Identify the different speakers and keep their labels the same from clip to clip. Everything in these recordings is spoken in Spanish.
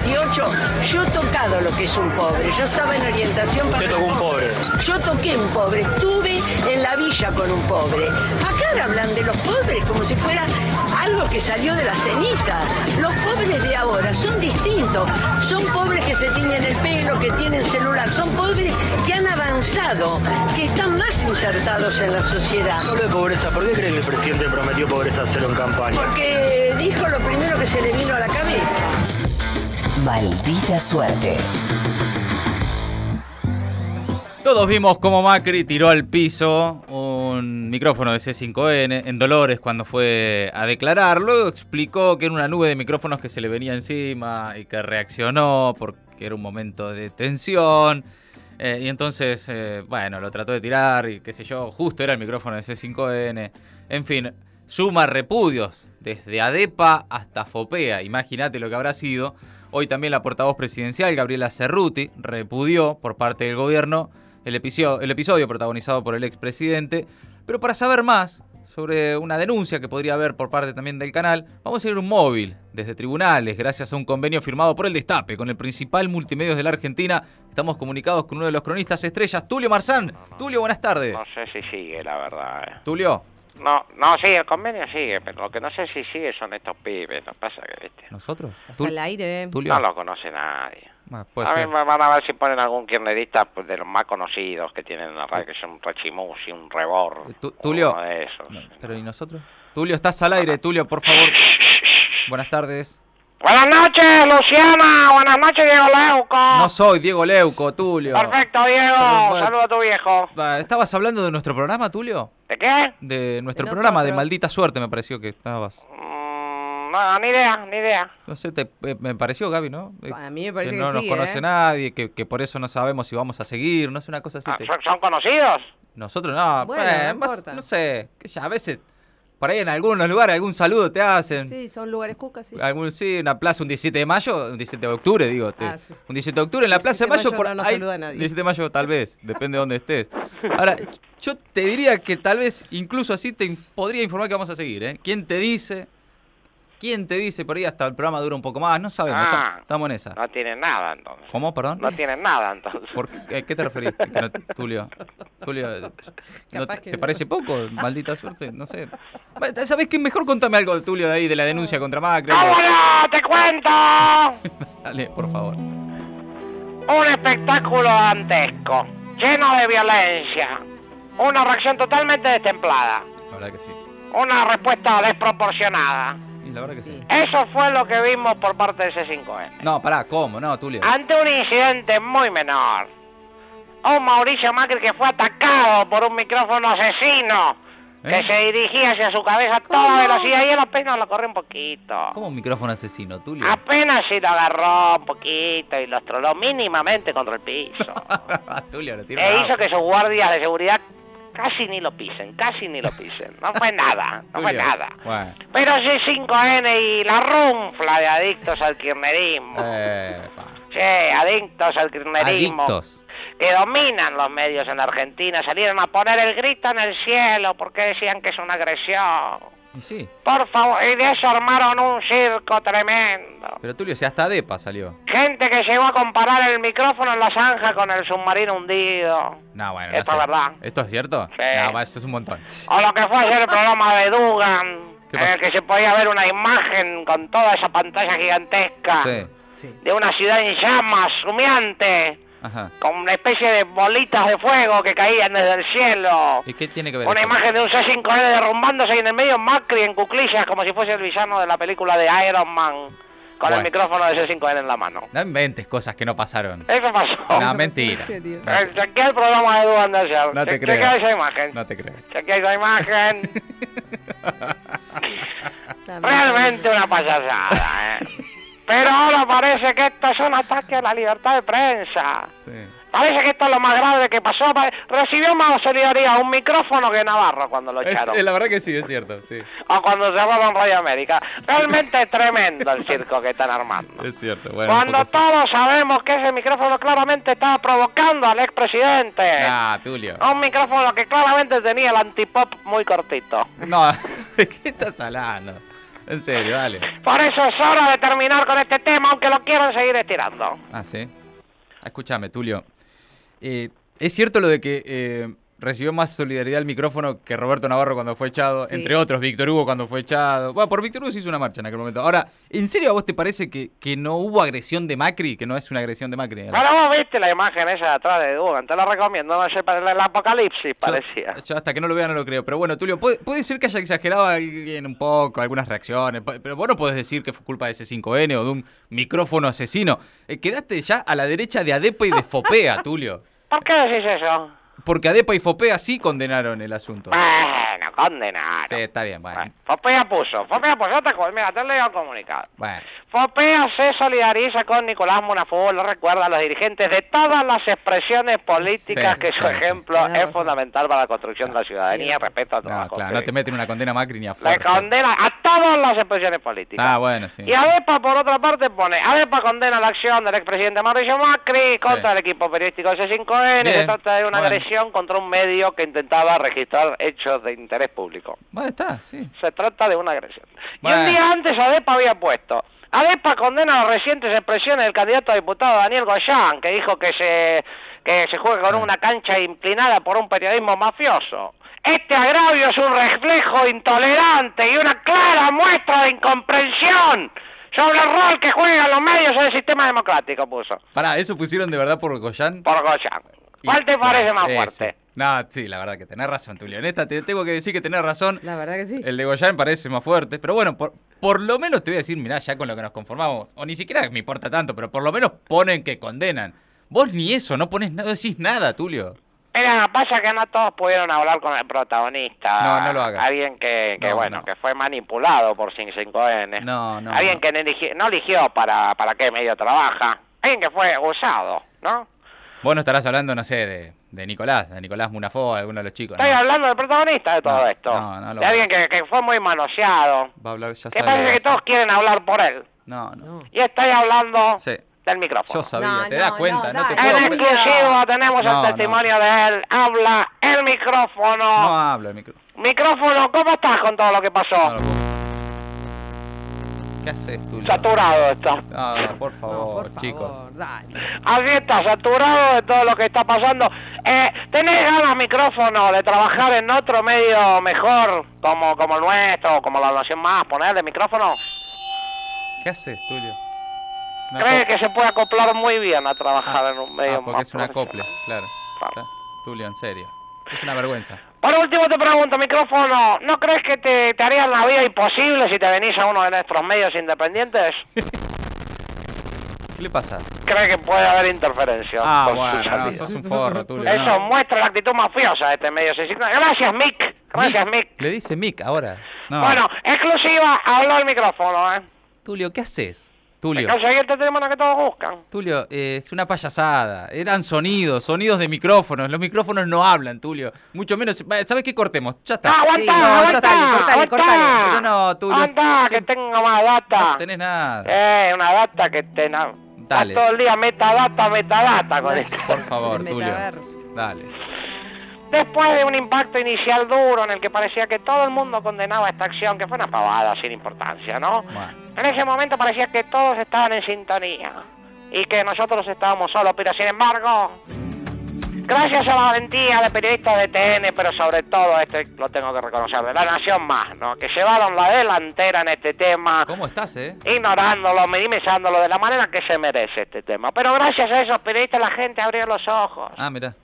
Speaker 1: Nacho, yo he tocado lo que es un pobre. Yo estaba en orientación para.
Speaker 2: Usted tocó un pobre.
Speaker 1: Yo toqué un pobre. Estuve en la villa con un pobre. Acá ahora hablan de los pobres como si fuera algo que salió de la ceniza. Los pobres de ahora son distintos. Son pobres que se tiñen el pelo, que tienen celular. Son pobres que han avanzado, que están más insertados en la sociedad.
Speaker 2: Hablo de pobreza. ¿Por qué cree que el presidente prometió pobreza cero en campaña?
Speaker 1: Porque dijo lo primero que se le vino a la cabeza.
Speaker 3: Maldita suerte.
Speaker 4: Todos vimos cómo Macri tiró al piso un micrófono de C5N en Dolores cuando fue a declarar. Luego explicó que era una nube de micrófonos que se le venía encima y que reaccionó porque era un momento de tensión. Eh, y entonces, eh, bueno, lo trató de tirar y qué sé yo, justo era el micrófono de C5N. En fin, suma repudios desde ADEPA hasta FOPEA. Imagínate lo que habrá sido. Hoy también la portavoz presidencial, Gabriela Cerruti, repudió por parte del gobierno el episodio, el episodio protagonizado por el expresidente. Pero para saber más sobre una denuncia que podría haber por parte también del canal, vamos a ir a un móvil desde tribunales, gracias a un convenio firmado por el Destape con el principal multimedios de la Argentina. Estamos comunicados con uno de los cronistas estrellas, Tulio Marzán. Tulio, buenas tardes.
Speaker 5: No sé si sigue, la verdad. eh.
Speaker 4: Tulio,
Speaker 5: No, no, sí, el convenio sigue, pero lo que no sé si sigue son estos pibes. Lo que pasa que, viste,
Speaker 4: ¿nosotros?
Speaker 6: Estás
Speaker 4: Tul-
Speaker 6: al aire.
Speaker 4: Tulio.
Speaker 5: no lo conoce nadie.
Speaker 4: Ah, puede
Speaker 5: A ver,
Speaker 4: ser.
Speaker 5: van a ver si ponen algún kirnerista pues, de los más conocidos que tienen en la radio, que son un Rechimusi, un Rebor.
Speaker 4: Tu- Eh, Tulio.
Speaker 5: Uno de esos.
Speaker 4: No, pero ¿y nosotros? Tulio, estás al aire, Tulio, por favor. Buenas tardes.
Speaker 5: Buenas noches, Luciana. Buenas noches, Diego Leuco.
Speaker 4: No soy Diego Leuco, Tulio.
Speaker 5: Perfecto, Diego.
Speaker 4: Perfecto.
Speaker 5: Saluda a tu viejo.
Speaker 4: Va, ¿Estabas hablando de nuestro programa, Tulio?
Speaker 5: ¿De qué?
Speaker 4: De nuestro
Speaker 6: De
Speaker 4: programa, de
Speaker 6: nosotros.
Speaker 4: maldita suerte, me pareció que estabas.
Speaker 5: Mm, no, ni idea, ni idea.
Speaker 4: No sé, te- eh, me pareció, Gaby, ¿no? Eh,
Speaker 6: A mí me parece
Speaker 4: no
Speaker 6: que
Speaker 4: nos
Speaker 6: sí,
Speaker 4: conoce
Speaker 6: ¿eh?
Speaker 4: nadie, que, que por eso no sabemos si vamos a seguir, no sé, una cosa así.
Speaker 5: Ah,
Speaker 4: te-
Speaker 5: ¿son- ¿Son conocidos?
Speaker 4: Nosotros no,
Speaker 6: Bueno,
Speaker 4: pues,
Speaker 6: no
Speaker 4: más-
Speaker 6: importa.
Speaker 4: no sé, que ya a veces, por ahí en algunos lugares algún saludo te hacen.
Speaker 6: Sí, son lugares cucas, sí.
Speaker 4: Algún, sí, una plaza un 17 de mayo, un 17 de octubre, digo. te-
Speaker 6: Ah, sí.
Speaker 4: Un 17 de octubre en la plaza de mayo,
Speaker 6: 17 de mayo
Speaker 4: por
Speaker 6: no nos
Speaker 4: ahí-
Speaker 6: saluda nadie.
Speaker 4: 17 de mayo tal vez, depende de dónde estés. Ahora, yo te diría que tal vez incluso así te in- podría informar que vamos a seguir, ¿eh? ¿Quién te dice? ¿Quién te dice? Por ahí hasta el programa dura un poco más, no sabemos,
Speaker 5: Ah.
Speaker 4: tam- estamos en esa.
Speaker 5: No tienen nada, entonces.
Speaker 4: ¿Cómo, perdón?
Speaker 5: No tienen nada, entonces.
Speaker 4: ¿Por qué, ¿A qué te referiste, que no- Tulio? Tulio, eh, ¿no
Speaker 6: Capaz
Speaker 4: te,
Speaker 6: que
Speaker 4: te
Speaker 6: no.
Speaker 4: parece poco? Maldita suerte, no sé. Bueno, ¿Sabés qué? Mejor contame algo, Tulio, de ahí, de la denuncia contra Macri.
Speaker 5: ¡Cómo no! ¡Te cuento!
Speaker 4: Dale, por favor.
Speaker 5: un espectáculo dantesco, lleno de violencia, una reacción totalmente destemplada,
Speaker 4: La verdad que sí.
Speaker 5: una respuesta desproporcionada.
Speaker 4: Y la verdad que sí.
Speaker 5: Eso fue lo que vimos por parte de C5N.
Speaker 4: No, pará, ¿cómo? No, Tulio.
Speaker 5: Ante un incidente muy menor, un Mauricio Macri que fue atacado por un micrófono asesino que
Speaker 4: ¿Eh?
Speaker 5: se dirigía hacia su cabeza a
Speaker 6: ¿Cómo?
Speaker 5: toda velocidad y él apenas lo corrió un poquito.
Speaker 4: ¿Cómo un micrófono asesino, Tulio?
Speaker 5: Apenas si lo agarró un poquito y lo estroló mínimamente contra el piso.
Speaker 4: Tulio, lo tiró.
Speaker 5: E
Speaker 4: bravo.
Speaker 5: hizo que sus guardias de seguridad casi ni lo pisen, casi ni lo pisen. No fue nada, no fue
Speaker 4: Tulio.
Speaker 5: nada.
Speaker 4: Bueno.
Speaker 5: Pero C5N y la runfla de adictos al kirchnerismo.
Speaker 4: Eh, pa.
Speaker 5: Sí, adictos al kirchnerismo.
Speaker 4: Adictos.
Speaker 5: Que dominan los medios en Argentina. Salieron a poner el grito en el cielo porque decían que es una agresión.
Speaker 4: Y sí.
Speaker 5: Por favor, y de eso armaron un circo tremendo.
Speaker 4: Pero Tulio, si hasta Depa salió.
Speaker 5: Gente que llegó a comparar el micrófono en la zanja con el submarino hundido.
Speaker 4: No, bueno,
Speaker 5: Esto
Speaker 4: no sé.
Speaker 5: es verdad.
Speaker 4: ¿Esto es cierto?
Speaker 5: Sí.
Speaker 4: No, va, eso es un montón.
Speaker 5: O lo que fue ayer el programa de Dugan,
Speaker 4: ¿Qué
Speaker 5: en
Speaker 4: pasó?
Speaker 5: el que se podía ver una imagen con toda esa pantalla gigantesca
Speaker 4: Sí.
Speaker 6: Sí.
Speaker 5: de una ciudad en llamas, humeante,
Speaker 4: Ajá.
Speaker 5: con una especie de bolitas de fuego que caían desde el cielo.
Speaker 4: ¿Y qué tiene que ver
Speaker 5: Una
Speaker 4: eso?
Speaker 5: imagen de un C5N derrumbándose y en el medio Macri en cuclillas, como si fuese el villano de la película de Iron Man, con
Speaker 4: Bueno.
Speaker 5: el micrófono de C5N en la mano.
Speaker 4: No inventes cosas que no pasaron.
Speaker 5: Eso pasó.
Speaker 4: No,
Speaker 6: pasó
Speaker 4: mentira.
Speaker 6: en serio.
Speaker 4: No te-
Speaker 5: Chequea Eh, el programa de Dugan de ayer.
Speaker 4: No te
Speaker 5: Chequea
Speaker 4: creo.
Speaker 5: esa imagen.
Speaker 4: No te creo.
Speaker 5: Chequea esa imagen. Realmente una payasada, ¿eh? Pero ahora parece que esto es un ataque a la libertad de prensa.
Speaker 4: Sí.
Speaker 5: Parece que esto es lo más grave que pasó. Pa- Recibió más solidaridad un micrófono que Navarro cuando lo
Speaker 4: Es-
Speaker 5: echaron.
Speaker 4: eh, la verdad que sí, es cierto. Sí.
Speaker 5: O cuando cerraron Radio América. Realmente es tremendo el circo que están armando.
Speaker 4: Es cierto. Bueno, un
Speaker 5: Cuando
Speaker 4: poco sí.
Speaker 5: todos sabemos que ese micrófono claramente estaba provocando al expresidente.
Speaker 4: Ah, Tulio.
Speaker 5: Un micrófono que claramente tenía el antipop muy cortito.
Speaker 4: No, ¿de qué estás hablando? En serio, dale.
Speaker 5: Por eso es hora de terminar con este tema, aunque lo quiero seguir estirando.
Speaker 4: Ah, sí. Ah, Escúchame, Tulio. Eh, ¿Es cierto lo de que eh, recibió más solidaridad el micrófono que Roberto Navarro cuando fue echado?
Speaker 6: Sí.
Speaker 4: Entre otros, Víctor Hugo cuando fue echado. Bueno, por Víctor Hugo se hizo una marcha en aquel momento. Ahora, ¿en serio a vos te parece que, que no hubo agresión de Macri? Que no es una agresión de Macri. ¿no?
Speaker 5: Ahora vos viste la imagen esa de atrás de Dugan, te la recomiendo, no sé, para el apocalipsis
Speaker 4: Yo-
Speaker 5: parecía.
Speaker 4: yo hasta que no lo vea no lo creo. Pero bueno, Tulio, puede, puede ser que haya exagerado alguien un poco, algunas reacciones. pa- Pero vos no podés decir que fue culpa de C5N o de un micrófono asesino. Eh, quedaste ya a la derecha de Adepa y de Fopea, Tulio.
Speaker 5: ¿Por qué decís eso?
Speaker 4: Porque Adepa y Fopea sí condenaron el asunto.
Speaker 5: Bueno, condenado.
Speaker 4: Sí, está bien, bueno.
Speaker 5: Bueno, Fopea puso, Fopea puso, otra cosa, mira, te leo el comunicado.
Speaker 4: Bueno,
Speaker 5: Fopea se solidariza con Nicolás Monafú, lo recuerda a los dirigentes de todas las expresiones políticas
Speaker 4: Sí,
Speaker 5: que su
Speaker 4: sí, sí.
Speaker 5: ejemplo
Speaker 6: Tenés
Speaker 5: es
Speaker 6: razón.
Speaker 5: fundamental para la construcción de la ciudadanía respecto a todas
Speaker 4: no,
Speaker 5: las
Speaker 4: claro, no te meten una condena a Macri ni a
Speaker 5: Le
Speaker 4: fuerza.
Speaker 5: condena a todas las expresiones políticas.
Speaker 4: Ah, bueno, sí.
Speaker 5: Y Adepa, por otra parte, pone, Adepa condena la acción del expresidente Mauricio Macri contra el equipo periodístico de C5N,
Speaker 4: Bien,
Speaker 5: se trata de una
Speaker 4: bueno.
Speaker 5: agresión contra un medio que intentaba registrar hechos de interés público.
Speaker 4: Bueno, está, sí.
Speaker 5: Se trata de una agresión. Y
Speaker 4: Bueno.
Speaker 5: un día antes Adepa había puesto, Adepa condena las recientes expresiones del candidato a diputado Daniel Goyán, que dijo que se, que se juega con una cancha inclinada por un periodismo mafioso. Este agravio es un reflejo intolerante y una clara muestra de incomprensión sobre el rol que juegan los medios en el sistema democrático, puso.
Speaker 4: Pará, ¿eso pusieron de verdad por Goyán?
Speaker 5: Por Goyán. ¿Cuál te
Speaker 4: Y-
Speaker 5: parece más
Speaker 4: Eh,
Speaker 5: fuerte?
Speaker 4: sí. No, sí, la verdad que tenés razón, Tulio. En esta te tengo que decir que tenés razón.
Speaker 6: La verdad que sí.
Speaker 4: El de Goyán parece más fuerte, pero bueno, por, por lo menos te voy a decir, mirá, ya con lo que nos conformamos, o ni siquiera me importa tanto, pero por lo menos ponen que condenan. Vos ni eso, no pones nada, decís nada, Tulio.
Speaker 5: Mira, pasa que no todos pudieron hablar con el protagonista.
Speaker 4: No, no lo hagas.
Speaker 5: Alguien que, que
Speaker 4: No,
Speaker 5: bueno,
Speaker 4: no.
Speaker 5: que fue manipulado por 5N.
Speaker 4: No, no,
Speaker 5: ¿eh? Alguien
Speaker 4: no.
Speaker 5: que no eligió, no eligió para, para qué medio trabaja. Alguien que fue usado, ¿no?
Speaker 4: Vos no estarás hablando, no sé, de, de Nicolás, de Nicolás Munafó, de alguno de los chicos.
Speaker 5: Estoy
Speaker 4: ¿no?
Speaker 5: hablando del protagonista de todo
Speaker 4: No,
Speaker 5: esto.
Speaker 4: no, no lo
Speaker 5: de alguien que,
Speaker 4: hagas.
Speaker 5: que fue muy manoseado.
Speaker 4: Va a hablar, ya
Speaker 5: Que
Speaker 4: sabe lo
Speaker 5: parece
Speaker 4: va a
Speaker 5: que todos
Speaker 4: hacer.
Speaker 5: quieren hablar por él.
Speaker 4: No, no.
Speaker 6: No.
Speaker 5: Y estoy hablando
Speaker 4: Sí.
Speaker 5: del micrófono.
Speaker 4: Yo sabía,
Speaker 6: No,
Speaker 4: te
Speaker 6: no,
Speaker 4: das cuenta,
Speaker 6: no,
Speaker 4: no, te
Speaker 6: dale.
Speaker 4: puedo
Speaker 5: en
Speaker 6: Julio.
Speaker 4: creer.
Speaker 5: exclusivo tenemos
Speaker 4: No,
Speaker 5: el
Speaker 4: no.
Speaker 5: testimonio de él. Habla el micrófono.
Speaker 4: No hablo el micro.
Speaker 5: Micrófono, ¿cómo estás con todo lo que pasó?
Speaker 4: no lo puedo creer. ¿Qué haces, Tulio?
Speaker 5: Saturado está.
Speaker 4: No, no, por favor,
Speaker 6: No, por favor,
Speaker 4: chicos.
Speaker 6: dale.
Speaker 5: Así está, saturado de todo lo que está pasando. Eh, ¿Tenés ganas, micrófono, de trabajar en otro medio mejor, como, como el nuestro, como la Nación Más, ponerle micrófono?
Speaker 4: ¿Qué haces, Tulio? Una
Speaker 5: ¿Crees
Speaker 4: co-
Speaker 5: que se puede acoplar muy bien a trabajar en un medio
Speaker 4: Ah, porque
Speaker 5: más
Speaker 4: es un acople,
Speaker 5: profesional?
Speaker 4: claro.
Speaker 5: Claro.
Speaker 4: Está. Tulio, en serio. Es una vergüenza.
Speaker 5: Por último te pregunto, micrófono, ¿no crees que te, te harían la vida imposible si te venís a uno de nuestros medios independientes?
Speaker 4: ¿Qué le pasa?
Speaker 5: ¿Crees que puede haber interferencia?
Speaker 4: Ah,
Speaker 5: con tu
Speaker 4: bueno, no,
Speaker 5: salida?
Speaker 4: sos un forro, Tulio.
Speaker 5: Eso
Speaker 4: no.
Speaker 5: muestra la actitud mafiosa de este medio. sin signo. Gracias, Mick. Gracias, Mick.
Speaker 4: Le dice Mick ahora. No.
Speaker 5: Bueno, exclusiva, habló el micrófono, ¿eh?
Speaker 4: Tulio, ¿qué haces?
Speaker 5: Hay
Speaker 4: Tulio.
Speaker 5: que seguir este tema que todos buscan.
Speaker 4: Tulio, eh, es una payasada. Eran sonidos, sonidos de micrófonos. Los micrófonos no hablan, Tulio. Mucho menos. Va, ¿Sabes qué? Cortemos. Ya
Speaker 5: No,
Speaker 4: está.
Speaker 5: aguantá,
Speaker 6: Sí, no,
Speaker 5: aguantá,
Speaker 6: cortale, cortale, cortale.
Speaker 5: aguantá.
Speaker 4: Pero no, Tulio,
Speaker 5: Aguantá,
Speaker 4: se-
Speaker 5: que tengo más data.
Speaker 4: No tenés nada.
Speaker 5: Eh, una data que te... na-
Speaker 4: Dale.
Speaker 5: está todo el día metadata, metadata con
Speaker 6: No,
Speaker 5: esto.
Speaker 4: Por favor,
Speaker 6: el
Speaker 4: Tulio.
Speaker 6: metaverso.
Speaker 4: Dale.
Speaker 5: Después de un impacto inicial duro en el que parecía que todo el mundo condenaba esta acción, que fue una pavada sin importancia, ¿no?
Speaker 4: Bueno.
Speaker 5: En ese momento parecía que todos estaban en sintonía y que nosotros estábamos solos, pero sin embargo, gracias a la valentía de periodistas de TN, pero sobre todo, esto lo tengo que reconocer, de la Nación Más, ¿no? que llevaron la delantera en este tema,
Speaker 4: ¿Cómo estás, eh?
Speaker 5: ignorándolo, minimizándolo de la manera que se merece este tema. Pero gracias a esos periodistas la gente abrió los ojos.
Speaker 4: Ah, mirá.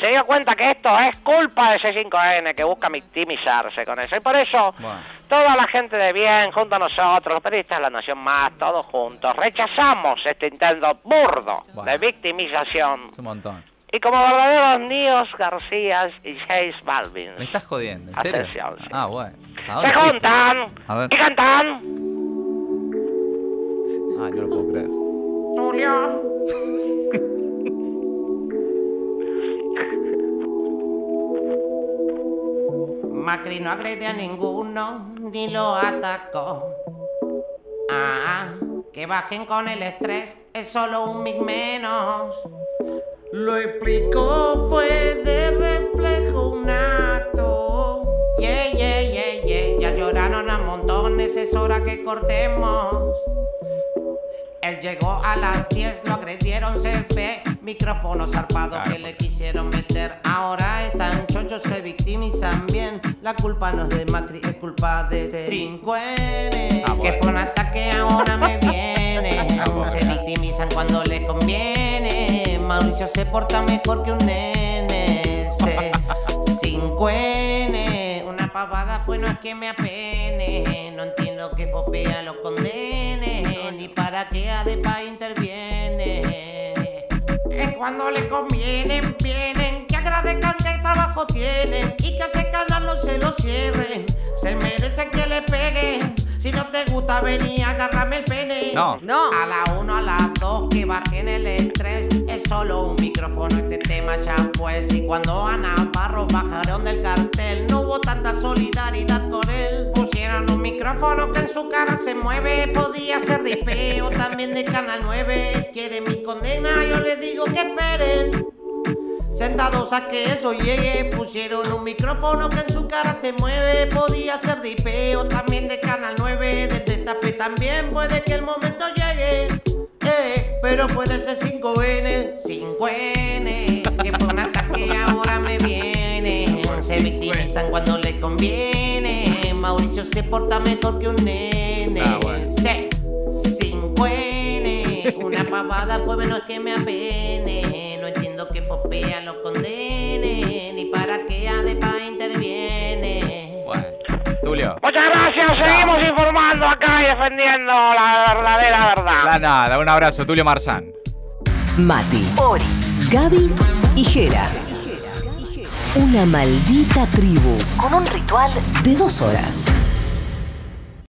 Speaker 5: Se dio cuenta que esto es culpa de C5N, que busca victimizarse con eso. Y por eso,
Speaker 4: Bueno.
Speaker 5: toda la gente de bien, junto a nosotros, los periodistas de la Nación Más, todos juntos, rechazamos este intento burdo
Speaker 4: Bueno.
Speaker 5: de victimización.
Speaker 4: Es un montón.
Speaker 5: Y como verdaderos Níos Garcías y Jace
Speaker 4: Me
Speaker 5: Balvins,
Speaker 4: estás jodiendo, ¿en serio?
Speaker 5: Atención, sí.
Speaker 4: Ah, bueno. ¿A dónde
Speaker 5: se
Speaker 4: fuiste?
Speaker 5: juntan
Speaker 4: A ver.
Speaker 5: y cantan.
Speaker 4: Ah, no lo puedo creer.
Speaker 5: Tulio.
Speaker 7: Macri no agredió a ninguno ni lo atacó. Ah, que bajen con el estrés, es solo un mic menos. Lo explicó, fue de reflejo un acto. Yeah, yeah, yeah, yeah, ya lloraron a montones, es hora que cortemos. Él llegó a las 10, lo agredieron, se ve. Micrófono zarpado que le quisieron meter. Ahora están chochos, se victimizan bien. La culpa no es de Macri, es culpa de Cincuene.
Speaker 4: Ah,
Speaker 7: Que
Speaker 4: bueno. Ah,
Speaker 7: fue un ataque, ahora me viene. Se victimizan cuando le conviene. Mauricio se porta mejor que un nene. Se cincuene. Una pavada fue, no es que me apene. No entiendo que Fopea lo condene. Ni para qué ADEPA interviene. Es Eh, cuando le conviene, vienen, que agradezcan que trabajo tienen y que ese canal no se lo cierren. Se merecen que le peguen. Si no te gusta, vení, agárrame el pene.
Speaker 4: No.
Speaker 6: No.
Speaker 7: A la 1, a las 2, que bajen el estrés. Es solo un micrófono, este tema ya fue. Si cuando a Navarro bajaron del cartel, no hubo tanta solidaridad con él. Pusieron un micrófono que en su cara se mueve. Podía ser ripeo también de Canal 9. Quiere mi condena, yo le digo que esperen. Sentados a que eso llegue, pusieron un micrófono que en su cara se mueve. Podía ser ripeo también de Canal 9, del destape también. Puede que el momento llegue, eh, pero puede ser 5N, 5N. Que por un ataque ahora me viene. Se victimizan cuando le conviene. Mauricio se porta mejor que un nene.
Speaker 4: Ah, bueno.
Speaker 7: Sí, 5N. Una pavada fue menos que me apene. No entiendo que Popea lo condene. Ni para qué ADEPA interviene.
Speaker 4: Bueno, Tulio.
Speaker 5: Muchas gracias, seguimos informando acá y defendiendo la verdadera verdad.
Speaker 4: La nada, un abrazo, Tulio Marzán.
Speaker 3: Mati,
Speaker 1: Ori.
Speaker 3: Gaby y Jera. Una maldita tribu con un ritual de dos horas.